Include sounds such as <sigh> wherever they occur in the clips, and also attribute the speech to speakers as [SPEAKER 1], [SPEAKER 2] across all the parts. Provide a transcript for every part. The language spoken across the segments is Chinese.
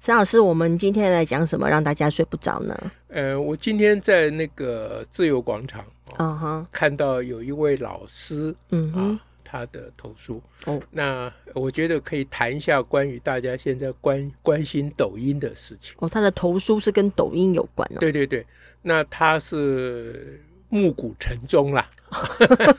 [SPEAKER 1] 沈老师，我们今天来讲什么让大家睡不着呢？
[SPEAKER 2] 呃，我今天在那个自由广场啊、
[SPEAKER 1] 嗯哼，
[SPEAKER 2] 看到有一位老师，
[SPEAKER 1] 嗯哼
[SPEAKER 2] 啊，他的投诉。
[SPEAKER 1] 哦，
[SPEAKER 2] 那我觉得可以谈一下关于大家现在关关心抖音的事情。
[SPEAKER 1] 哦，他的投书是跟抖音有关哦。
[SPEAKER 2] 对对对，那他是暮鼓晨
[SPEAKER 1] <laughs>
[SPEAKER 2] 钟啦，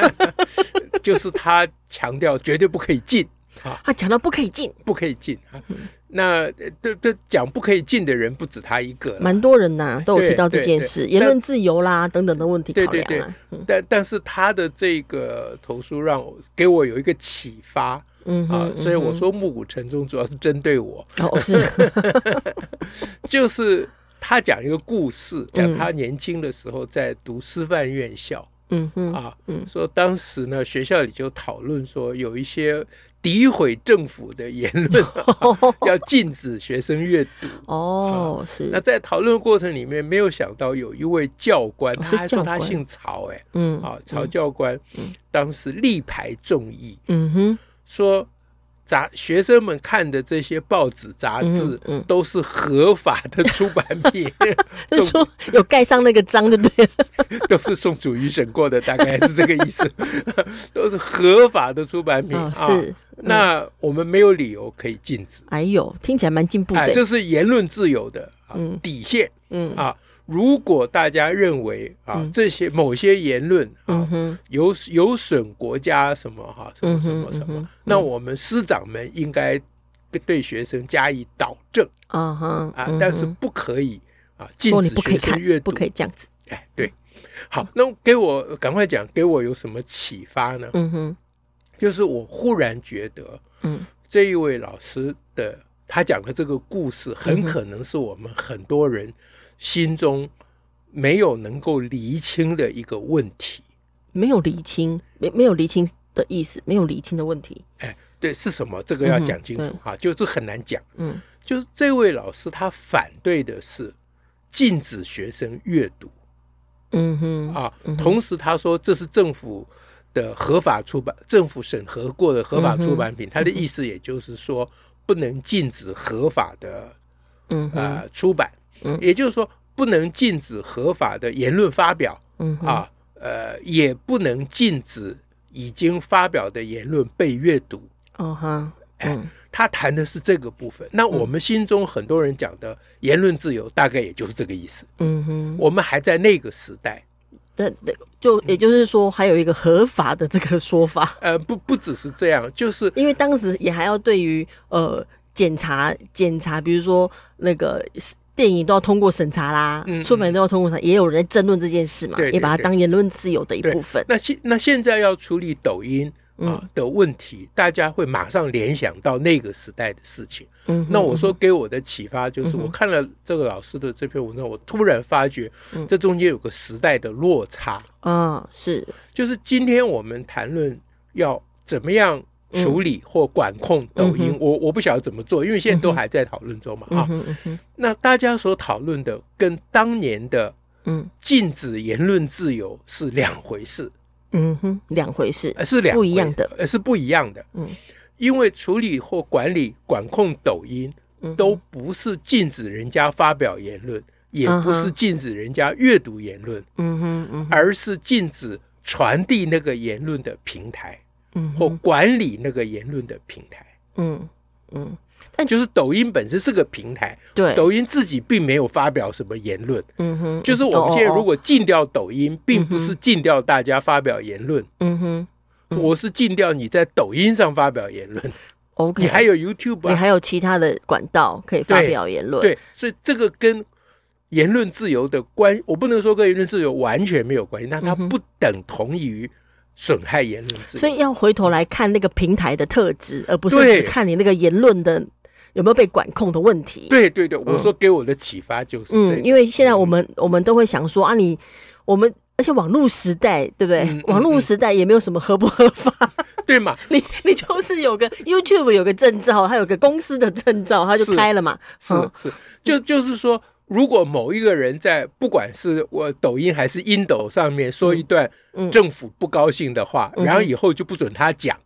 [SPEAKER 2] <laughs> 就是他强调绝对不可以进啊，
[SPEAKER 1] 他讲到不可以进，
[SPEAKER 2] 不可以进啊。
[SPEAKER 1] 嗯
[SPEAKER 2] 那呃对对，讲不可以进的人不止他一个啦，
[SPEAKER 1] 蛮多人呐、都有提到这
[SPEAKER 2] 对
[SPEAKER 1] 件
[SPEAKER 2] 对
[SPEAKER 1] 事，
[SPEAKER 2] 但
[SPEAKER 1] 言论自由啦等等的问题
[SPEAKER 2] 对
[SPEAKER 1] 考
[SPEAKER 2] 对
[SPEAKER 1] 量啊。
[SPEAKER 2] 但但是他的这个投诉让我给我有一个启发
[SPEAKER 1] 嗯哼，
[SPEAKER 2] 啊，
[SPEAKER 1] 嗯
[SPEAKER 2] 所以我
[SPEAKER 1] 哼
[SPEAKER 2] 说暮鼓晨钟主要是针对我，
[SPEAKER 1] 哦是，
[SPEAKER 2] <laughs> 就是他讲一个故事，讲
[SPEAKER 1] 嗯
[SPEAKER 2] 他年轻的时候在读师范院校。
[SPEAKER 1] 嗯哼，
[SPEAKER 2] 啊
[SPEAKER 1] 嗯，
[SPEAKER 2] 说当时呢，学校里就讨论说有一些诋毁政府的言
[SPEAKER 1] <laughs>
[SPEAKER 2] 论要禁止学生阅读。
[SPEAKER 1] 哦
[SPEAKER 2] 那
[SPEAKER 1] 是，
[SPEAKER 2] 在讨论过程里面，没有想到有一位教官，
[SPEAKER 1] 哦
[SPEAKER 2] 他还说
[SPEAKER 1] 是教
[SPEAKER 2] 他
[SPEAKER 1] 官
[SPEAKER 2] 姓曹、哎，
[SPEAKER 1] 嗯
[SPEAKER 2] 啊，曹教官，当时力排众议，
[SPEAKER 1] 嗯哼，
[SPEAKER 2] 说杂学生们看的这些报纸杂志
[SPEAKER 1] 嗯嗯
[SPEAKER 2] 都是合法的出版品， <laughs>
[SPEAKER 1] 就是说有盖上那个章就对了。
[SPEAKER 2] 都是宋楚瑜审过的，大概是这个意思， <laughs> 都是合法的出版品、
[SPEAKER 1] 哦
[SPEAKER 2] 啊。
[SPEAKER 1] 是，
[SPEAKER 2] 那我们没有理由可以禁止，
[SPEAKER 1] 哎呦，听起来蛮进步的
[SPEAKER 2] 哎，
[SPEAKER 1] 欸。
[SPEAKER 2] 这是言论自由的、啊
[SPEAKER 1] 嗯
[SPEAKER 2] 底线
[SPEAKER 1] 嗯
[SPEAKER 2] 啊。如果大家认为啊、
[SPEAKER 1] 嗯
[SPEAKER 2] 这些某些言论啊、
[SPEAKER 1] 嗯哼，
[SPEAKER 2] 有有损国家什么哈、什么
[SPEAKER 1] 嗯哼
[SPEAKER 2] 什么什么，
[SPEAKER 1] 嗯哼
[SPEAKER 2] 那我们师长们应该对学生加以导正
[SPEAKER 1] 啊哈
[SPEAKER 2] 啊，
[SPEAKER 1] 嗯
[SPEAKER 2] 但是
[SPEAKER 1] 哼
[SPEAKER 2] 不可以啊禁
[SPEAKER 1] 说
[SPEAKER 2] 止
[SPEAKER 1] 你不可以
[SPEAKER 2] 学
[SPEAKER 1] 看
[SPEAKER 2] 生阅，
[SPEAKER 1] 不
[SPEAKER 2] 读。
[SPEAKER 1] 可以嗯这样子。
[SPEAKER 2] 哎，对，好，那给我赶快讲，给我有什么启发呢？
[SPEAKER 1] 嗯哼，
[SPEAKER 2] 就是我忽然觉得，
[SPEAKER 1] 嗯，
[SPEAKER 2] 这一位老师的他讲的这个故事，很可能是我们很多人心中没有能够厘清的一个问题。
[SPEAKER 1] 没有厘清，没没有厘清的意思，没有厘清的问题。
[SPEAKER 2] 哎，对，是什么？这个
[SPEAKER 1] 嗯
[SPEAKER 2] 要
[SPEAKER 1] 哼
[SPEAKER 2] 讲清楚
[SPEAKER 1] 对
[SPEAKER 2] 啊，就是很难讲。
[SPEAKER 1] 嗯
[SPEAKER 2] 就是这位老师他反对的是禁止学生阅读
[SPEAKER 1] 嗯哼，
[SPEAKER 2] 啊，同时他说这是政府。的合法出版，政府审核过的
[SPEAKER 1] 嗯
[SPEAKER 2] 合法出版品，他的意思也就是说，不能禁止合法的
[SPEAKER 1] 嗯哼，
[SPEAKER 2] 啊出版
[SPEAKER 1] 嗯，
[SPEAKER 2] 也就是说不能禁止合法的言论发表
[SPEAKER 1] 嗯哼，
[SPEAKER 2] 啊，呃，也不能禁止已经发表的言论被阅读。
[SPEAKER 1] 哦哈，
[SPEAKER 2] 哎
[SPEAKER 1] 嗯
[SPEAKER 2] 他谈的是这个部分，那我们心中很多人讲的言论自由，大概也就是这个意思。
[SPEAKER 1] 嗯哼，
[SPEAKER 2] 我们还在那个时代，
[SPEAKER 1] 那那就也就是说，还有一个合法的这个说法，
[SPEAKER 2] 呃，不不只是这样，就是
[SPEAKER 1] 因为当时也还要对于呃检查检查，比如说那个。电影都要通过审查啦，
[SPEAKER 2] 嗯嗯
[SPEAKER 1] 出版都要通过审查，也有人在争论这件事嘛，
[SPEAKER 2] 对对
[SPEAKER 1] 也把它
[SPEAKER 2] 对
[SPEAKER 1] 当言论自由的一
[SPEAKER 2] 对
[SPEAKER 1] 部分。
[SPEAKER 2] 那现那现在要处理抖音
[SPEAKER 1] 嗯
[SPEAKER 2] 啊的问题，大家会马上联想到那个时代的事情。
[SPEAKER 1] 嗯哼，嗯
[SPEAKER 2] 那我说给我的启发就是，我看了这个老师的这篇文章，我突然发觉这中间有个时代的落差，
[SPEAKER 1] 嗯，是，
[SPEAKER 2] 就是今天我们谈论要怎么样
[SPEAKER 1] 嗯
[SPEAKER 2] 处理或管控抖音，我我不晓得怎么做，因为现在都还在讨论中嘛
[SPEAKER 1] 嗯
[SPEAKER 2] 啊。
[SPEAKER 1] 哼嗯哼，
[SPEAKER 2] 那大家所讨论的跟当年的
[SPEAKER 1] 嗯
[SPEAKER 2] 禁止言论自由是两回事，
[SPEAKER 1] 嗯哼，两回事。
[SPEAKER 2] 呃，是两
[SPEAKER 1] 不一样的
[SPEAKER 2] 回，呃，是不一样的。
[SPEAKER 1] 嗯，
[SPEAKER 2] 因为处理或管理、管控抖音，
[SPEAKER 1] 嗯
[SPEAKER 2] 都不是禁止人家发表言论，也不
[SPEAKER 1] 嗯
[SPEAKER 2] 是
[SPEAKER 1] 哼
[SPEAKER 2] 禁止人家阅读言论，
[SPEAKER 1] 嗯哼嗯哼
[SPEAKER 2] 而是禁止传递那个言论的平台
[SPEAKER 1] 嗯
[SPEAKER 2] 或
[SPEAKER 1] 哼
[SPEAKER 2] 管理那个言论的平台。
[SPEAKER 1] 嗯嗯，
[SPEAKER 2] 就是抖音本身是个平台，
[SPEAKER 1] 对，
[SPEAKER 2] 抖音自己并没有发表什么言论。
[SPEAKER 1] 嗯哼，
[SPEAKER 2] 就是我们现在如
[SPEAKER 1] 哦嗯
[SPEAKER 2] 果禁掉抖音，并不是禁掉大家发表言论，
[SPEAKER 1] 哦嗯哼嗯
[SPEAKER 2] 我是禁掉你在抖音上发表言论，
[SPEAKER 1] ，OK，
[SPEAKER 2] 你还有 YouTube
[SPEAKER 1] 你
[SPEAKER 2] 啊，
[SPEAKER 1] 还有其他的管道可以发
[SPEAKER 2] 对
[SPEAKER 1] 表言论，，
[SPEAKER 2] 对，所以这个跟言论自由的关，我不能说跟言论自由完全没有关系，但它
[SPEAKER 1] 嗯哼
[SPEAKER 2] 不等同于损害言论自由。
[SPEAKER 1] 所以要回头来看那个平台的特质，而不是
[SPEAKER 2] 对
[SPEAKER 1] 只看你那个言论的有没有被管控的问题。
[SPEAKER 2] 对对对，我说给我的启发就是这
[SPEAKER 1] 嗯，
[SPEAKER 2] 个，
[SPEAKER 1] 因为现在我们我们都会想说啊你，我们而且网络时代，对不对？
[SPEAKER 2] 嗯嗯
[SPEAKER 1] 网络时代也没有什么合不合法，
[SPEAKER 2] <laughs>
[SPEAKER 1] <laughs>
[SPEAKER 2] 对嘛，
[SPEAKER 1] 你你就是有个 YouTube 有个证照，还有个公司的证照，他就是开了嘛。
[SPEAKER 2] 是
[SPEAKER 1] 嗯
[SPEAKER 2] 是，就就是说，如果某一个人在不管是我抖音还是音抖上面说一段
[SPEAKER 1] 嗯
[SPEAKER 2] 政府不高兴的话，
[SPEAKER 1] 嗯哼
[SPEAKER 2] 然后以后就不准他讲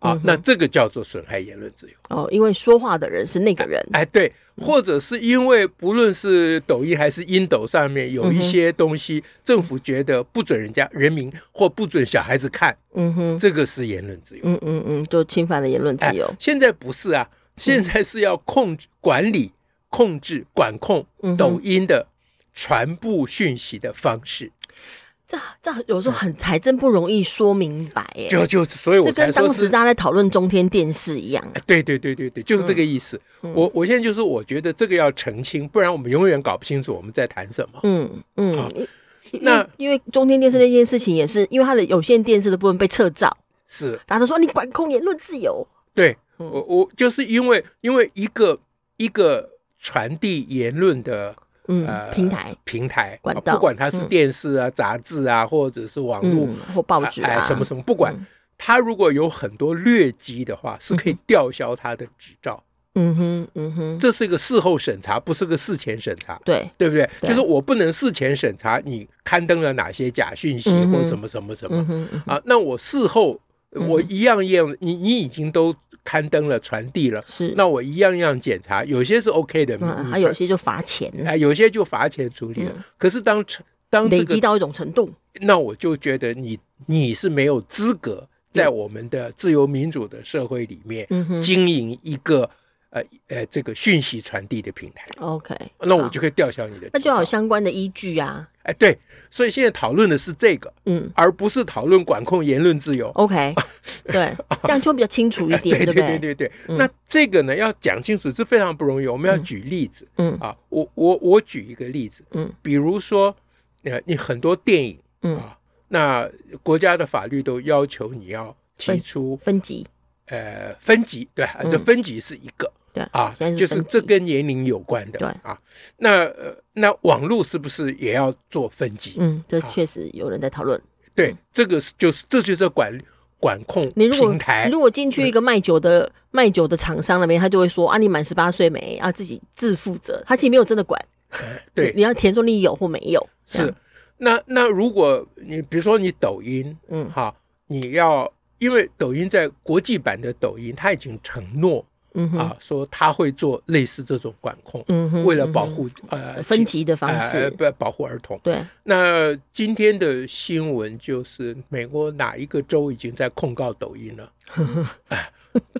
[SPEAKER 2] 啊
[SPEAKER 1] 嗯哼，
[SPEAKER 2] 那这个叫做损害言论自由。
[SPEAKER 1] 哦，因为说话的人是那个人，
[SPEAKER 2] 哎，对，或者是因为不论是抖音还是音抖上面有
[SPEAKER 1] 嗯
[SPEAKER 2] 一
[SPEAKER 1] 哼
[SPEAKER 2] 些东西，政府觉得不准人家人民或不准小孩子看，
[SPEAKER 1] 嗯哼，
[SPEAKER 2] 这个是言论自由。
[SPEAKER 1] 嗯嗯嗯，就侵犯了言论自由。嗯
[SPEAKER 2] 哎现在不是啊，现在是要控制、管理、控制、管控
[SPEAKER 1] 嗯哼
[SPEAKER 2] 抖音的传播讯息的方式。
[SPEAKER 1] 这这有时候很还真不容易说明白耶。
[SPEAKER 2] 就就所以我
[SPEAKER 1] 这
[SPEAKER 2] 才
[SPEAKER 1] 跟
[SPEAKER 2] 说
[SPEAKER 1] 当
[SPEAKER 2] 是
[SPEAKER 1] 时大家在讨论中天电视一样，
[SPEAKER 2] 哎对对对对对，就是
[SPEAKER 1] 嗯
[SPEAKER 2] 这个意思。我我现在就是我觉得这个要澄清，不然我们永远搞不清楚我们在谈什么。
[SPEAKER 1] 嗯嗯，
[SPEAKER 2] 啊
[SPEAKER 1] 因因
[SPEAKER 2] 那
[SPEAKER 1] 因为中天电视那件事情也是，因为它的有线电视的部分被撤照，
[SPEAKER 2] 是
[SPEAKER 1] 大家都说你管控言论自由，
[SPEAKER 2] 对
[SPEAKER 1] 嗯
[SPEAKER 2] 我我就是因为因为一个一个传递言论的
[SPEAKER 1] 嗯，
[SPEAKER 2] 呃
[SPEAKER 1] 平台
[SPEAKER 2] 平台
[SPEAKER 1] 管
[SPEAKER 2] 啊
[SPEAKER 1] 道
[SPEAKER 2] 不管它是
[SPEAKER 1] 嗯
[SPEAKER 2] 电视啊、杂志啊，或者是网络
[SPEAKER 1] 嗯或报纸
[SPEAKER 2] 哎
[SPEAKER 1] 啊
[SPEAKER 2] 哎什么什么，不管
[SPEAKER 1] 嗯
[SPEAKER 2] 他如果有很多劣迹的话，是可以吊销他的执照。
[SPEAKER 1] 嗯哼嗯哼，
[SPEAKER 2] 这是一个事后审查，不是个事前审查，
[SPEAKER 1] 对，
[SPEAKER 2] 对不对？
[SPEAKER 1] 对
[SPEAKER 2] 就是我不能事前审查你刊登了哪些假讯息
[SPEAKER 1] 嗯哼
[SPEAKER 2] 或者什么什么什
[SPEAKER 1] 嗯
[SPEAKER 2] 么
[SPEAKER 1] 哼嗯
[SPEAKER 2] 啊，那我事后
[SPEAKER 1] 嗯
[SPEAKER 2] 我一样一样，你你已经都刊登了、传递了，
[SPEAKER 1] 是，
[SPEAKER 2] 那我一样一样检查，有些是 OK 的，
[SPEAKER 1] 那
[SPEAKER 2] 你
[SPEAKER 1] 嗯还有些就罚钱，
[SPEAKER 2] 哎，有些就罚钱处理了。可是当当这
[SPEAKER 1] 累
[SPEAKER 2] 个
[SPEAKER 1] 积到一种程度，
[SPEAKER 2] 那我就觉得你你是没有资格在我们的自由民主的社会里面
[SPEAKER 1] 嗯哼
[SPEAKER 2] 经营一个呃呃这个讯息传递的平台，
[SPEAKER 1] ，OK，
[SPEAKER 2] 那我
[SPEAKER 1] 好
[SPEAKER 2] 就可以吊销你的执照。
[SPEAKER 1] 那就要有相关的依据啊，
[SPEAKER 2] <laughs> 哎对，所以现在讨论的是这个，
[SPEAKER 1] 嗯
[SPEAKER 2] 而不是讨论管控言论自由。 <laughs>
[SPEAKER 1] ，OK，对，这样就比较清楚一
[SPEAKER 2] 哎
[SPEAKER 1] 点，
[SPEAKER 2] <laughs> 对
[SPEAKER 1] 不对？
[SPEAKER 2] 对对对，
[SPEAKER 1] 嗯
[SPEAKER 2] 那这个呢要讲清楚是非常不容易。我们要举例子、
[SPEAKER 1] 嗯
[SPEAKER 2] 啊，我我我举一个例子，
[SPEAKER 1] 嗯
[SPEAKER 2] 比如说呃你很多电影
[SPEAKER 1] 嗯，
[SPEAKER 2] 啊，那国家的法律都要求你要提出
[SPEAKER 1] 分级，
[SPEAKER 2] 呃分级，对吧，
[SPEAKER 1] 嗯
[SPEAKER 2] 这分级是一个
[SPEAKER 1] 对
[SPEAKER 2] 啊
[SPEAKER 1] 现在，
[SPEAKER 2] 就是是
[SPEAKER 1] 分级
[SPEAKER 2] 这跟年龄有关的，
[SPEAKER 1] 对
[SPEAKER 2] 啊。那呃那网络是不是也要做分级？
[SPEAKER 1] 嗯，这
[SPEAKER 2] 啊
[SPEAKER 1] 确实有人在讨论。
[SPEAKER 2] 对，这个是就是这就是管管控
[SPEAKER 1] 你如果
[SPEAKER 2] 平台嗯
[SPEAKER 1] 你如果进去一个卖酒的卖酒的厂商那边，他就会说啊，你满十八岁没啊，自己自负责。他其实没有真的管，
[SPEAKER 2] 嗯对
[SPEAKER 1] 你你要填说你有或没有。这
[SPEAKER 2] 是
[SPEAKER 1] 样，。
[SPEAKER 2] 那那如果你比如说你抖音，
[SPEAKER 1] 嗯
[SPEAKER 2] 哈，你要因为抖音在国际版的抖音，它已经承诺
[SPEAKER 1] 嗯哼，
[SPEAKER 2] 啊说它会做类似这种管控，
[SPEAKER 1] 嗯哼，
[SPEAKER 2] 为了
[SPEAKER 1] 嗯
[SPEAKER 2] 保
[SPEAKER 1] 哼
[SPEAKER 2] 护呃
[SPEAKER 1] 分
[SPEAKER 2] 其
[SPEAKER 1] 级的方
[SPEAKER 2] 呃
[SPEAKER 1] 式，
[SPEAKER 2] 不保护儿童。
[SPEAKER 1] 对，
[SPEAKER 2] 那今天的新闻就是美国哪一个州已经在控告抖音
[SPEAKER 1] <laughs>
[SPEAKER 2] 了，哎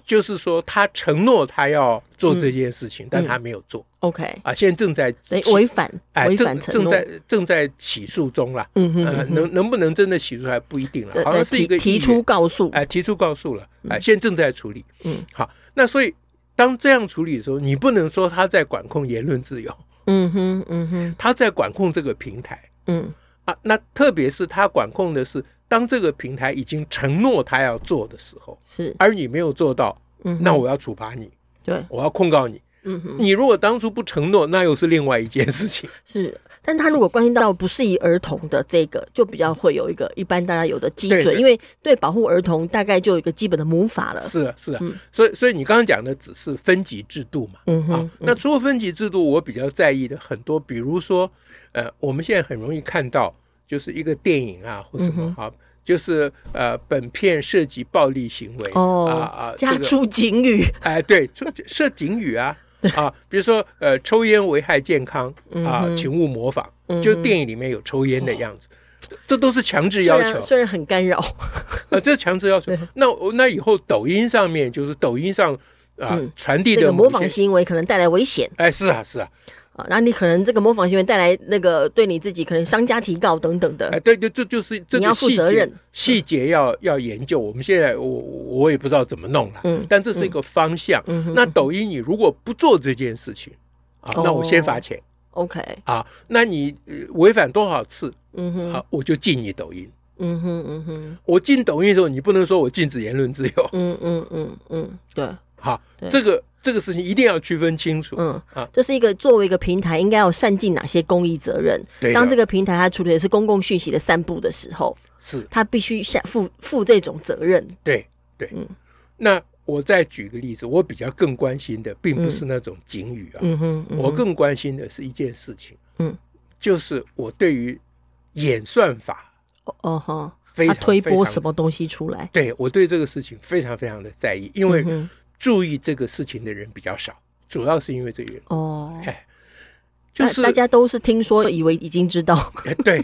[SPEAKER 2] 就是说他承诺他要做这件事情，但他没有做
[SPEAKER 1] OK，
[SPEAKER 2] 啊，现在正在
[SPEAKER 1] 所以
[SPEAKER 2] 起
[SPEAKER 1] 嗯违反
[SPEAKER 2] 哎
[SPEAKER 1] 违反
[SPEAKER 2] 正
[SPEAKER 1] 承
[SPEAKER 2] 正
[SPEAKER 1] 诺，
[SPEAKER 2] 在正在起诉中啦。
[SPEAKER 1] 嗯哼，
[SPEAKER 2] 呃，
[SPEAKER 1] 嗯哼
[SPEAKER 2] 能能不能真的起诉还不一定了，
[SPEAKER 1] 对
[SPEAKER 2] 好
[SPEAKER 1] 在
[SPEAKER 2] 像是一
[SPEAKER 1] 提
[SPEAKER 2] 个
[SPEAKER 1] 提
[SPEAKER 2] 议员
[SPEAKER 1] 出告诉，
[SPEAKER 2] 哎，提出告诉了，哎，现在正在处理。
[SPEAKER 1] 嗯，
[SPEAKER 2] 好，那所以当这样处理的时候，你不能说他在管控言论自由，
[SPEAKER 1] 嗯哼，嗯哼，
[SPEAKER 2] 他在管控这个平台
[SPEAKER 1] 嗯
[SPEAKER 2] 啊。那特别是他管控的是，当这个平台已经承诺他要做的时候，
[SPEAKER 1] 是，
[SPEAKER 2] 而你没有做到，
[SPEAKER 1] 嗯哼，
[SPEAKER 2] 啊那我要处罚你，
[SPEAKER 1] 对，
[SPEAKER 2] 我要控告你。
[SPEAKER 1] 嗯哼。
[SPEAKER 2] 你如果当初不承诺，那又是另外一件事情。
[SPEAKER 1] 是，但他如果关系到不适宜儿童的这个，就比较会有一个一般大家有的基准，
[SPEAKER 2] 对对
[SPEAKER 1] 因为对保护儿童大概就有一个基本的母法了。
[SPEAKER 2] 是啊，是啊，
[SPEAKER 1] 嗯
[SPEAKER 2] 所以所以你刚刚讲的只是分级制度嘛。
[SPEAKER 1] 嗯哼
[SPEAKER 2] 啊，，那除了分级制度，我比较在意的很多，比如说，呃，我们现在很容易看到，就是一个电影啊或什
[SPEAKER 1] 嗯
[SPEAKER 2] 么啊，就是呃，本片涉及暴力行为，
[SPEAKER 1] 哦
[SPEAKER 2] 啊啊，
[SPEAKER 1] 家
[SPEAKER 2] 这个，
[SPEAKER 1] 出警语，
[SPEAKER 2] 哎、对，出涉警
[SPEAKER 1] <laughs>
[SPEAKER 2] 语啊。啊，比如说，呃，抽烟危害健康
[SPEAKER 1] 嗯
[SPEAKER 2] 啊，请勿模仿。就电影里面有抽烟的样子，这都是强制
[SPEAKER 1] 虽
[SPEAKER 2] 要
[SPEAKER 1] 然
[SPEAKER 2] 求。
[SPEAKER 1] 虽然很干扰，
[SPEAKER 2] <laughs> 呃，这强制要求。那我那以后抖音上面就是抖音上啊、
[SPEAKER 1] 嗯
[SPEAKER 2] 传递
[SPEAKER 1] 这
[SPEAKER 2] 的
[SPEAKER 1] 个
[SPEAKER 2] 某
[SPEAKER 1] 模
[SPEAKER 2] 些
[SPEAKER 1] 仿行为可能带来危险
[SPEAKER 2] 哎，是啊是啊，
[SPEAKER 1] 啊，然后你可能这个模仿行为带来那个对你自己可能商家提告等等
[SPEAKER 2] 哎
[SPEAKER 1] 的。
[SPEAKER 2] 对对，这就是这
[SPEAKER 1] 你要
[SPEAKER 2] 个
[SPEAKER 1] 负
[SPEAKER 2] 细
[SPEAKER 1] 责
[SPEAKER 2] 节
[SPEAKER 1] 任嗯
[SPEAKER 2] 细节要要研究。我们现在我我我也不知道怎么弄了，
[SPEAKER 1] 嗯
[SPEAKER 2] 但这是一个方向。
[SPEAKER 1] 嗯哼
[SPEAKER 2] 那抖音你如果不做这件事情啊，那我
[SPEAKER 1] 哦
[SPEAKER 2] 先罚钱、
[SPEAKER 1] ，OK，
[SPEAKER 2] 啊，那你呃违反多少次
[SPEAKER 1] 嗯哼，
[SPEAKER 2] 啊，我就禁你抖音。
[SPEAKER 1] 嗯哼，嗯哼，
[SPEAKER 2] 我禁抖音的时候，你不能说我禁止言论自由。
[SPEAKER 1] 嗯嗯嗯嗯，对，
[SPEAKER 2] 哈
[SPEAKER 1] 对，
[SPEAKER 2] <laughs> 这个这个事情一定要区分清楚。
[SPEAKER 1] 嗯
[SPEAKER 2] 啊，
[SPEAKER 1] 这是一个作为一个平台，应该要善尽哪些公益责任？
[SPEAKER 2] 对的
[SPEAKER 1] 当这个平台它处理的是公共讯息的散布的时候，
[SPEAKER 2] 是
[SPEAKER 1] 它必须下负负这种责任。
[SPEAKER 2] 对对，
[SPEAKER 1] 嗯
[SPEAKER 2] 那我再举个例子，我比较更关心的并不是那种警语啊，
[SPEAKER 1] 嗯哼，嗯哼
[SPEAKER 2] 我更关心的是一件事情，
[SPEAKER 1] 嗯，
[SPEAKER 2] 就是我对于演算法
[SPEAKER 1] 哦哦哈，
[SPEAKER 2] 非
[SPEAKER 1] 它
[SPEAKER 2] 常
[SPEAKER 1] 推
[SPEAKER 2] 非
[SPEAKER 1] 播
[SPEAKER 2] 常
[SPEAKER 1] 什么东西出来？
[SPEAKER 2] 对我对这个事情非常非常的在意，因为
[SPEAKER 1] 嗯
[SPEAKER 2] 注意这个事情的人比较少，主要是因为这个原因。
[SPEAKER 1] 哼哦，
[SPEAKER 2] 哎，就是
[SPEAKER 1] 大大家都是听说，以为已经知道。
[SPEAKER 2] 哎对，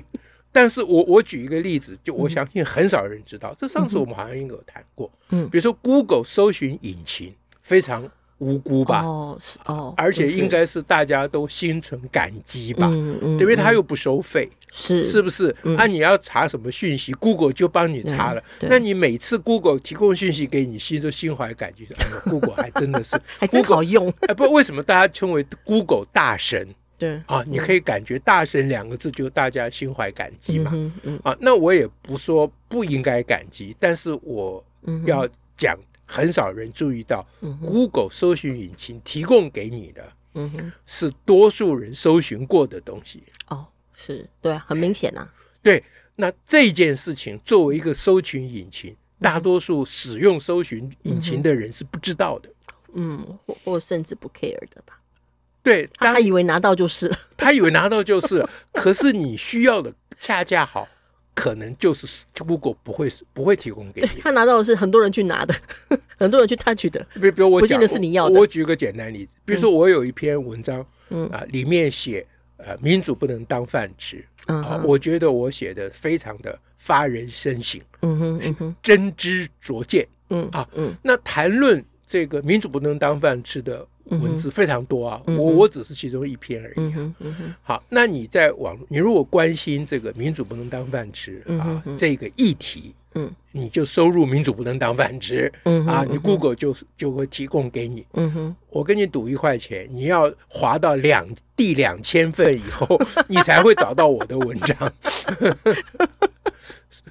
[SPEAKER 2] 但是我我举一个例子，就我相信很少人知道，这上次我们好像应该有谈过，
[SPEAKER 1] 嗯
[SPEAKER 2] 比如说 Google 搜寻引擎非常无辜吧，
[SPEAKER 1] <laughs> 哦是哦，
[SPEAKER 2] 而且
[SPEAKER 1] 是
[SPEAKER 2] 应该是大家都心存感激吧，
[SPEAKER 1] 嗯嗯，
[SPEAKER 2] 因为它
[SPEAKER 1] 嗯
[SPEAKER 2] 又不收费，
[SPEAKER 1] 是嗯
[SPEAKER 2] 是不是？啊，你要查什么讯息，Google 就帮你查了。
[SPEAKER 1] 嗯对
[SPEAKER 2] 那你每次 Google 提供讯息给你，心就心怀感激哎呦，Google 还真的是， <laughs>
[SPEAKER 1] 还真好用。
[SPEAKER 2] 哎，不，为什么大家称为 Google 大神
[SPEAKER 1] 对，
[SPEAKER 2] 啊？你可以感觉“大神”两个字就大家心怀感激
[SPEAKER 1] 嗯
[SPEAKER 2] 嘛。
[SPEAKER 1] 哼嗯
[SPEAKER 2] 啊，那我也不说不应该感激，但是我
[SPEAKER 1] 嗯哼，
[SPEAKER 2] 要讲，很少人注意到
[SPEAKER 1] 嗯哼
[SPEAKER 2] Google 搜寻引擎提供给你的
[SPEAKER 1] 嗯哼
[SPEAKER 2] 是多数人搜寻过的东西。
[SPEAKER 1] 哦是对啊，很明显啊。
[SPEAKER 2] 对，那这件事情作为一个搜寻引
[SPEAKER 1] 嗯
[SPEAKER 2] 擎，大多数使用搜寻引擎的人是不知道的。
[SPEAKER 1] 嗯，或或甚至不 care 的吧，
[SPEAKER 2] 对，
[SPEAKER 1] 他
[SPEAKER 2] 他
[SPEAKER 1] 他以为拿到就是了。
[SPEAKER 2] 他以为拿到就是了，可是你需要的恰恰好，可能就是 Google 不会不会提供给
[SPEAKER 1] <laughs>
[SPEAKER 2] 你。
[SPEAKER 1] 他拿到的是很多人去拿的， <laughs> 很多人去 touch 的。
[SPEAKER 2] 比比如我
[SPEAKER 1] 不见
[SPEAKER 2] 讲
[SPEAKER 1] 得是你要的
[SPEAKER 2] 我我举个简单例子，比如说我有一篇文章，
[SPEAKER 1] 嗯
[SPEAKER 2] 啊、里面写呃民主不能当饭吃
[SPEAKER 1] 嗯
[SPEAKER 2] 啊、
[SPEAKER 1] 哼
[SPEAKER 2] 我觉得我写的非常的发人深省，
[SPEAKER 1] 嗯哼嗯哼
[SPEAKER 2] 真知灼见。
[SPEAKER 1] 嗯
[SPEAKER 2] 啊
[SPEAKER 1] 嗯
[SPEAKER 2] 那谈论这个民主不能当饭吃的文字非常多啊，
[SPEAKER 1] 嗯哼
[SPEAKER 2] 我我只是其中一篇而已。
[SPEAKER 1] 嗯哼嗯哼
[SPEAKER 2] 好，那你在网，你如果关心这个民主不能当饭吃
[SPEAKER 1] 嗯哼
[SPEAKER 2] 啊
[SPEAKER 1] 哼
[SPEAKER 2] 这个议题，
[SPEAKER 1] 嗯，
[SPEAKER 2] 你就收入民主不能当饭吃
[SPEAKER 1] 嗯哼
[SPEAKER 2] 啊，你 Google 就就会提供给你。
[SPEAKER 1] 嗯哼，
[SPEAKER 2] 我跟你赌一块钱，你要划到两第两千份以
[SPEAKER 1] <laughs>
[SPEAKER 2] 后，你才会找到我的文章。 <laughs>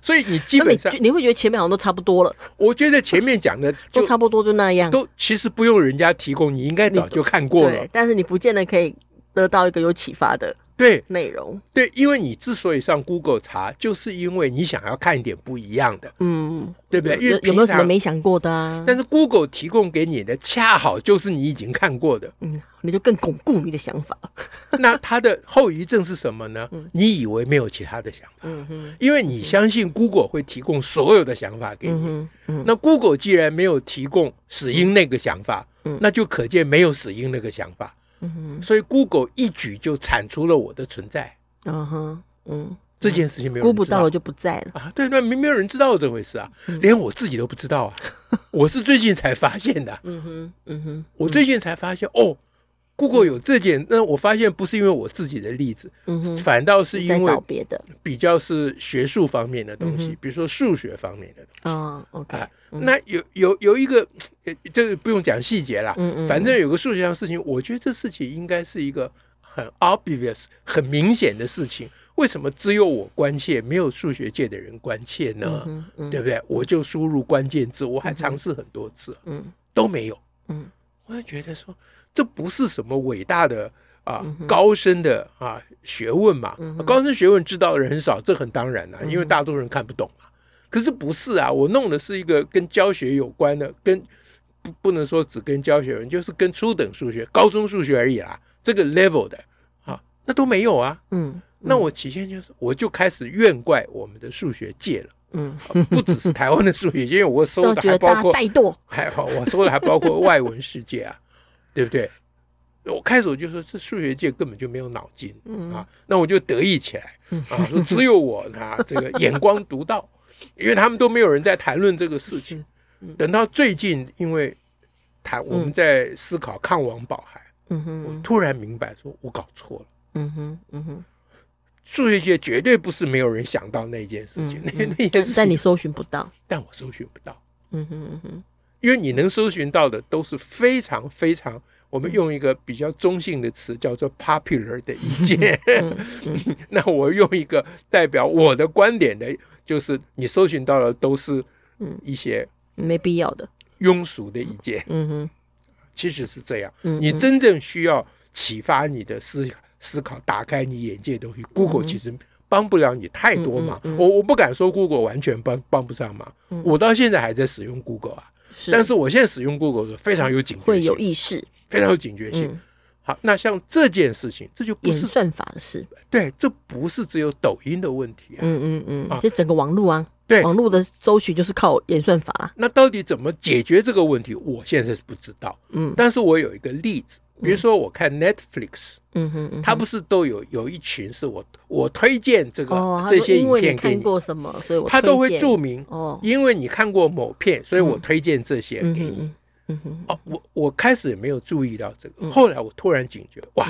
[SPEAKER 2] 所以你基
[SPEAKER 1] 那你
[SPEAKER 2] 本上
[SPEAKER 1] 就，你会觉得前面好像都差不多了，
[SPEAKER 2] 我觉得前面讲的就
[SPEAKER 1] 都差不多 <laughs> 就那样。
[SPEAKER 2] 都其实不用人家提供，你应该早就看过了
[SPEAKER 1] 对。，但是你不见得可以得到一个有启发的
[SPEAKER 2] 对
[SPEAKER 1] 内容。
[SPEAKER 2] 对，因为你之所以上 Google 查，就是因为你想要看一点不一样的，
[SPEAKER 1] 嗯，
[SPEAKER 2] 对不对？因
[SPEAKER 1] 有
[SPEAKER 2] 为
[SPEAKER 1] 有没有什么
[SPEAKER 2] 平常？
[SPEAKER 1] 没想过的啊？
[SPEAKER 2] 但是 Google 提供给你的恰好就是你已经看过
[SPEAKER 1] <laughs>
[SPEAKER 2] 的，
[SPEAKER 1] 嗯，你就更巩固你的想法。
[SPEAKER 2] 那它的后遗症是什么呢？你以为没有其他的想法，
[SPEAKER 1] 嗯哼，
[SPEAKER 2] 因为你相信 Google 会提供所有的想法给
[SPEAKER 1] 嗯
[SPEAKER 2] 你。
[SPEAKER 1] 哼，嗯
[SPEAKER 2] 那 Google 既然没有提供死因那个想法
[SPEAKER 1] 嗯，
[SPEAKER 2] 那就可见没有死因那个想法，
[SPEAKER 1] 嗯哼，
[SPEAKER 2] 所以 Google 一举就铲除了我的存在。
[SPEAKER 1] 嗯哼，嗯，
[SPEAKER 2] 这件事情没有
[SPEAKER 1] 估
[SPEAKER 2] 人
[SPEAKER 1] 不
[SPEAKER 2] 知道
[SPEAKER 1] 到了嗯就不在了。
[SPEAKER 2] 啊，对，那没没有人知道这回事啊，连我自己都不知道
[SPEAKER 1] <laughs>
[SPEAKER 2] 啊，我是最近才发现的，啊
[SPEAKER 1] 嗯哼，嗯哼，
[SPEAKER 2] 我最近才发现哦，Google 有这件，那我发现不是因为我自己的例子，
[SPEAKER 1] 嗯哼，
[SPEAKER 2] 反倒是
[SPEAKER 1] 在
[SPEAKER 2] 因为
[SPEAKER 1] 找别的。
[SPEAKER 2] 比较是学术方面的东
[SPEAKER 1] 嗯
[SPEAKER 2] 西，比如说数学方面的东西。
[SPEAKER 1] 嗯，OK，
[SPEAKER 2] 啊，那有有有一个，呃这个不用讲细节啦，
[SPEAKER 1] 嗯嗯
[SPEAKER 2] 反正有个数学上的事情，我觉得这事情应该是一个很 obvious、很明显的事情。为什么只有我关切，没有数学界的人关切呢？
[SPEAKER 1] 嗯嗯
[SPEAKER 2] 对不对？我就输入关键字，我还尝试很多次，
[SPEAKER 1] 嗯
[SPEAKER 2] 都没有。
[SPEAKER 1] 嗯，
[SPEAKER 2] 我就觉得说，这不是什么伟大的啊、
[SPEAKER 1] 嗯哼
[SPEAKER 2] 高深的啊学问嘛、
[SPEAKER 1] 嗯哼
[SPEAKER 2] 高深学问知道的人很少，这很当然啦、
[SPEAKER 1] 嗯哼
[SPEAKER 2] 因为大多数人看不懂嘛。可是不是啊？我弄的是一个跟教学有关的，跟不不能说只跟教学有关，就是跟初等数学、高中数学而已啦，这个 level 的啊，那都没有啊。
[SPEAKER 1] 嗯，
[SPEAKER 2] 那我起先就是，我就开始怨怪我们的数学界了。啊
[SPEAKER 1] 嗯，
[SPEAKER 2] 不只是台湾的数学，因为我搜
[SPEAKER 1] 都
[SPEAKER 2] 的
[SPEAKER 1] 觉
[SPEAKER 2] 还
[SPEAKER 1] 得
[SPEAKER 2] 包
[SPEAKER 1] 大家
[SPEAKER 2] 括
[SPEAKER 1] 怠惰。
[SPEAKER 2] <laughs> 还好，我搜的还包括外文世界啊，对不对？我开始我就说，这数学界根本就没有脑筋
[SPEAKER 1] 嗯
[SPEAKER 2] 啊，那我就得意起来啊，说只有我啊，这个眼光独到，因为他们都没有人在谈论这个事情。
[SPEAKER 1] 嗯
[SPEAKER 2] 等到最近，因为谈我们在思考抗王保孩，
[SPEAKER 1] 嗯
[SPEAKER 2] 我
[SPEAKER 1] 哼，
[SPEAKER 2] 突然明白，说我搞错了。
[SPEAKER 1] 嗯哼，嗯哼，
[SPEAKER 2] 数学界绝对不是没有人想到那件事情，
[SPEAKER 1] 嗯
[SPEAKER 2] 那那件事
[SPEAKER 1] 但
[SPEAKER 2] 情，
[SPEAKER 1] 你搜寻不到。
[SPEAKER 2] 但我搜寻不到。
[SPEAKER 1] 嗯哼，嗯哼，
[SPEAKER 2] 因为你能搜寻到的都是非常非常，我
[SPEAKER 1] 嗯
[SPEAKER 2] 们用一个比较中性的词叫做 popular 的意见。
[SPEAKER 1] 嗯
[SPEAKER 2] <laughs> 那我用一个代表我的观点的，就是你搜寻到的都是一些
[SPEAKER 1] 没必要的。
[SPEAKER 2] 庸俗的意见。
[SPEAKER 1] 嗯嗯哼，
[SPEAKER 2] 其实是这样。
[SPEAKER 1] 嗯
[SPEAKER 2] 你真正需要启发你的思思考、打开你眼界的东西，Google
[SPEAKER 1] 嗯
[SPEAKER 2] 其实帮不了你太多忙。我我不敢说 Google 完全帮帮不上忙，我到现在还在使用 Google 啊，
[SPEAKER 1] 嗯是
[SPEAKER 2] 但是我现在使用 Google 的非常有警觉
[SPEAKER 1] 会有
[SPEAKER 2] 性，
[SPEAKER 1] 意识，
[SPEAKER 2] 非常有警觉性
[SPEAKER 1] 嗯。
[SPEAKER 2] 好，那像这件事情，这就不
[SPEAKER 1] 演
[SPEAKER 2] 是
[SPEAKER 1] 算法的事。
[SPEAKER 2] 对，这不是只有抖音的问题啊。
[SPEAKER 1] 嗯嗯
[SPEAKER 2] 啊
[SPEAKER 1] 嗯，这整个网络啊，
[SPEAKER 2] 对
[SPEAKER 1] 网络的搜寻就是靠演算法啦。
[SPEAKER 2] 那到底怎么解决这个问题？我现在是不知道。
[SPEAKER 1] 嗯
[SPEAKER 2] 但是我有一个例子，比如说我看 Netflix，、
[SPEAKER 1] 嗯哼嗯哼，
[SPEAKER 2] 它不是都有有一群是我我推荐这个、
[SPEAKER 1] 哦，他
[SPEAKER 2] 这
[SPEAKER 1] 说
[SPEAKER 2] 些
[SPEAKER 1] 因
[SPEAKER 2] 影
[SPEAKER 1] 为
[SPEAKER 2] 片
[SPEAKER 1] 你
[SPEAKER 2] 给
[SPEAKER 1] 看
[SPEAKER 2] 你，
[SPEAKER 1] 过什么，所以我
[SPEAKER 2] 它都
[SPEAKER 1] 推
[SPEAKER 2] 会
[SPEAKER 1] 荐
[SPEAKER 2] 注明，
[SPEAKER 1] 哦，
[SPEAKER 2] 因为你看过某片，所以我推荐这些
[SPEAKER 1] 嗯
[SPEAKER 2] 给你。
[SPEAKER 1] 哼嗯哼
[SPEAKER 2] 哦，我我开始也没有注意到这个，后来我突然警觉，哇、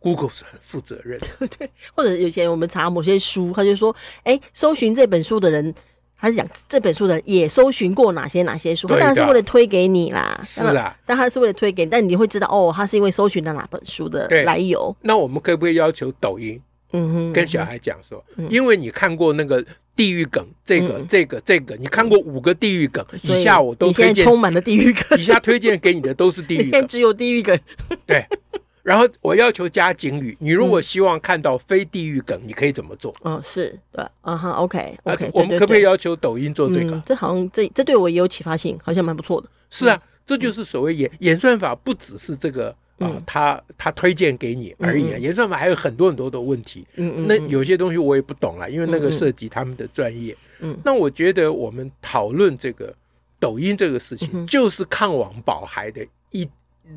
[SPEAKER 2] g o o g l e 是很负责
[SPEAKER 1] <laughs>
[SPEAKER 2] 任的，
[SPEAKER 1] 嗯，对，或者有些人我们查某些书，他就说，哎，搜寻这本书的人。他是讲这本书的人也搜寻过哪些哪些书，他
[SPEAKER 2] 对
[SPEAKER 1] 当然是
[SPEAKER 2] 的
[SPEAKER 1] 为了推给你啦。
[SPEAKER 2] 是
[SPEAKER 1] 当然，
[SPEAKER 2] 啊。
[SPEAKER 1] 但他是为了推给你，但你会知道哦，他是因为搜寻了哪本书的
[SPEAKER 2] 对
[SPEAKER 1] 来由。
[SPEAKER 2] 那我们可不可以要求抖音
[SPEAKER 1] 嗯哼，
[SPEAKER 2] 跟小孩讲说，因为你看过那个地狱梗，这个、这个这个，你看过五个地狱梗，
[SPEAKER 1] 嗯所
[SPEAKER 2] 以下我都
[SPEAKER 1] 你现
[SPEAKER 2] 推
[SPEAKER 1] 在
[SPEAKER 2] 荐，
[SPEAKER 1] 充满了地狱梗
[SPEAKER 2] <laughs> 以，下推荐给你的都是地
[SPEAKER 1] 你 <laughs>
[SPEAKER 2] 狱
[SPEAKER 1] 现在
[SPEAKER 2] 梗，
[SPEAKER 1] 只有地狱梗。
[SPEAKER 2] 对。然后我要求加警语，你如果希望看到非地狱梗，你可以怎么做？
[SPEAKER 1] 嗯，是对，啊哈，OK
[SPEAKER 2] 啊
[SPEAKER 1] OK，，
[SPEAKER 2] 我们可不可以
[SPEAKER 1] 要
[SPEAKER 2] 要求抖音做这个？
[SPEAKER 1] 嗯这好像这这对我也有启发性，好像蛮不错的。
[SPEAKER 2] 是啊，这就是所谓演演算法，不只是这个
[SPEAKER 1] 嗯
[SPEAKER 2] 啊，他他推荐给你而已啊，演算法还有很多很多的问题。
[SPEAKER 1] 嗯嗯，
[SPEAKER 2] 那有些东西我也不懂了，因为那个涉及他们的专业。
[SPEAKER 1] 嗯，
[SPEAKER 2] 那我觉得我们讨论这个抖音这个事
[SPEAKER 1] 嗯
[SPEAKER 2] 情，就是抗网保孩的一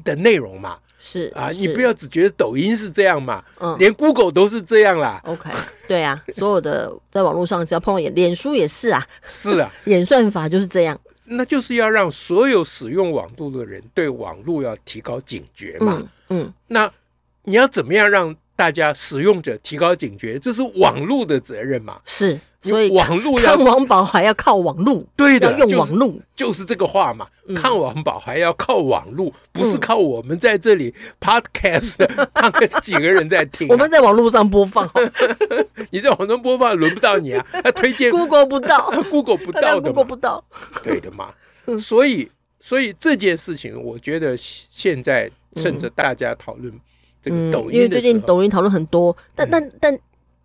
[SPEAKER 2] 的内容嘛。
[SPEAKER 1] 是
[SPEAKER 2] 啊，
[SPEAKER 1] 是
[SPEAKER 2] 你不要只觉得抖音是这样嘛，
[SPEAKER 1] 嗯
[SPEAKER 2] 连 Google 都是这样
[SPEAKER 1] <laughs>
[SPEAKER 2] 啦。
[SPEAKER 1] OK，对啊， <laughs> 所有的在网络上只要碰到眼，脸书也是啊，
[SPEAKER 2] 是啊，
[SPEAKER 1] 演算法就是这样。
[SPEAKER 2] 那就是要让所有使用网络的人对网络要提高警觉嘛。
[SPEAKER 1] 嗯嗯，
[SPEAKER 2] 那你要怎么样让大家使用者提高警觉？这是网络的责任嘛。
[SPEAKER 1] 是，所以
[SPEAKER 2] 你网络要
[SPEAKER 1] 看网宝还要靠网路，
[SPEAKER 2] 对
[SPEAKER 1] 要
[SPEAKER 2] 的，
[SPEAKER 1] 用
[SPEAKER 2] 就是
[SPEAKER 1] 网路。
[SPEAKER 2] 就是这个话嘛，
[SPEAKER 1] 嗯
[SPEAKER 2] 看网宝还要靠网络，不是靠我们在这里 podcast <laughs> 那个几个人在听啊、
[SPEAKER 1] 我们在网络上播
[SPEAKER 2] <laughs>
[SPEAKER 1] 放哦
[SPEAKER 2] 你在网上播放轮不到
[SPEAKER 1] <laughs>
[SPEAKER 2] 你啊，他推荐
[SPEAKER 1] ，Google 不到，
[SPEAKER 2] Google 不
[SPEAKER 1] 大家
[SPEAKER 2] 到的
[SPEAKER 1] Google 嗯
[SPEAKER 2] 嘛，
[SPEAKER 1] 不到。
[SPEAKER 2] 对
[SPEAKER 1] <laughs>
[SPEAKER 2] 的嘛。所以，所以这件事情，我觉得现在趁着大家讨论这个抖
[SPEAKER 1] 嗯因为
[SPEAKER 2] 音
[SPEAKER 1] 最
[SPEAKER 2] 的时
[SPEAKER 1] 近
[SPEAKER 2] 候，嗯
[SPEAKER 1] 抖音讨论很多，但但但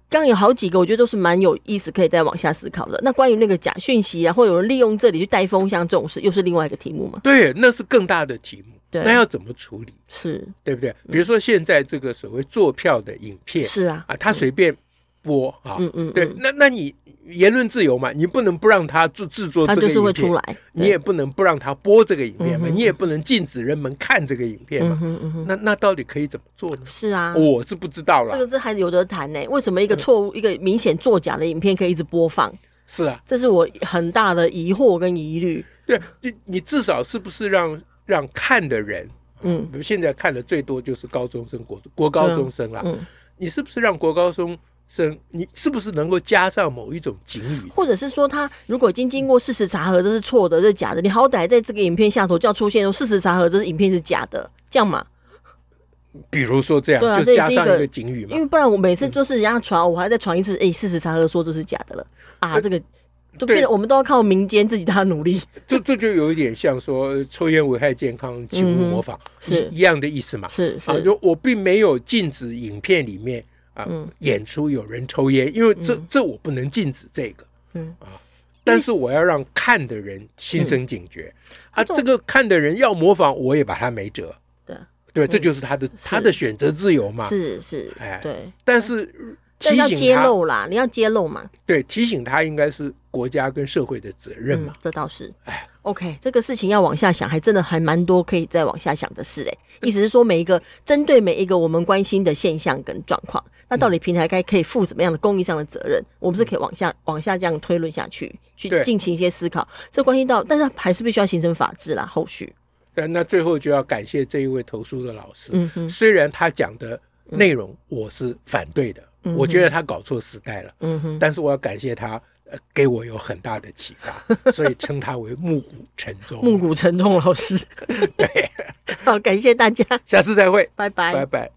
[SPEAKER 1] 刚有好几个，我觉得都是蛮有意思，可以再往下思考的。那关于那个假讯息啊，或有人利用这里去带风向这种事，又是另外一个题目嘛？
[SPEAKER 2] 对，那是更大的题目，
[SPEAKER 1] 对嗯
[SPEAKER 2] 那要怎么处理，
[SPEAKER 1] 是
[SPEAKER 2] 对不对？比如说现在这个所谓坐票的影片
[SPEAKER 1] 是啊，
[SPEAKER 2] 啊，他随便播啊，
[SPEAKER 1] 嗯嗯，
[SPEAKER 2] 对，那那你言论自由嘛，你不能不让他制制作
[SPEAKER 1] 它
[SPEAKER 2] 这个
[SPEAKER 1] 就是会
[SPEAKER 2] 影
[SPEAKER 1] 出
[SPEAKER 2] 片，
[SPEAKER 1] 来，嗯
[SPEAKER 2] 你也不能不让他播这个影片嘛，你也不能禁止人们看这个影片嘛。那那到底可以怎么做呢？
[SPEAKER 1] 是啊。
[SPEAKER 2] 我是不知道
[SPEAKER 1] 这
[SPEAKER 2] 啦。
[SPEAKER 1] 个这还有得谈呢、为什么一
[SPEAKER 2] 嗯
[SPEAKER 1] 个错误、一个明显作假的影片可以一直播放？
[SPEAKER 2] 是啊，
[SPEAKER 1] 这是我很大的疑惑跟疑虑。
[SPEAKER 2] 对，你你至少是不是让让看的人，
[SPEAKER 1] 嗯，
[SPEAKER 2] 比如现在看的最多就是高中生、国国高中生啦。
[SPEAKER 1] 嗯
[SPEAKER 2] 你是不是让国高中生，你是不是能够加上某一种警语？
[SPEAKER 1] 或者是说，他如果已经经过事实查核，这是错的，这是假的，你好歹在这个影片下头就要出现说事实查核，这是影片是假的，这样嘛？
[SPEAKER 2] 比如说这样，
[SPEAKER 1] 对啊这
[SPEAKER 2] 就
[SPEAKER 1] 也
[SPEAKER 2] 加
[SPEAKER 1] 是一
[SPEAKER 2] 上一
[SPEAKER 1] 个
[SPEAKER 2] 个警语嘛
[SPEAKER 1] 因。为不然我每次就是人家传，我还再传一次，哎、事实查核说这是假的了啊，这个就变得我们都要靠民间自己大家努力，
[SPEAKER 2] 这这就有一点像说呃抽烟危害健康，请勿模仿，
[SPEAKER 1] 嗯是
[SPEAKER 2] 一一样的意思嘛。
[SPEAKER 1] 是
[SPEAKER 2] 啊，
[SPEAKER 1] 是，
[SPEAKER 2] 就我并没有禁止影片里面啊、
[SPEAKER 1] 嗯
[SPEAKER 2] 演出有人抽烟，因为这、这我不能禁止这个，
[SPEAKER 1] 嗯
[SPEAKER 2] 啊，但是我要让看的人心生警觉、啊，
[SPEAKER 1] 这种
[SPEAKER 2] 这个看的人要模仿，我也把他没辙，
[SPEAKER 1] 对
[SPEAKER 2] 对，这就是他的、他的选择自由嘛。
[SPEAKER 1] 嗯是是
[SPEAKER 2] 哎，
[SPEAKER 1] 对，
[SPEAKER 2] 但是
[SPEAKER 1] 但
[SPEAKER 2] 提
[SPEAKER 1] 是要
[SPEAKER 2] 醒
[SPEAKER 1] 揭
[SPEAKER 2] 他，
[SPEAKER 1] 露啦，你要揭露嘛，
[SPEAKER 2] 对，提醒他应该是国家跟社会的责任嘛
[SPEAKER 1] 嗯。，这倒是
[SPEAKER 2] 哎。
[SPEAKER 1] OK，这个事情要往下想，还真的还蛮多可以再往下想的事哎、意思是说，每一个针对每一个我们关心的现象跟状况，那到底平台该可以负怎么样的公益上的责任？我们是可以往下往下这样推论下去，去
[SPEAKER 2] 对
[SPEAKER 1] 进行一些思考。这关系到，但是还是必须要形成法治啦，后续。
[SPEAKER 2] 但那最后就要感谢这一位投诉的老师，
[SPEAKER 1] 嗯哼，嗯
[SPEAKER 2] 虽然他讲的内容我是反对的，我觉得他搞错时代了，
[SPEAKER 1] 嗯哼，
[SPEAKER 2] 但是我要感谢他，呃，给我有很大的启
[SPEAKER 1] <laughs>
[SPEAKER 2] 发，所以称他为暮鼓晨
[SPEAKER 1] <laughs>
[SPEAKER 2] 钟。
[SPEAKER 1] 暮，鼓晨钟老师，对，好，感谢大家，
[SPEAKER 2] 下次再会，
[SPEAKER 1] 拜拜
[SPEAKER 2] 拜拜。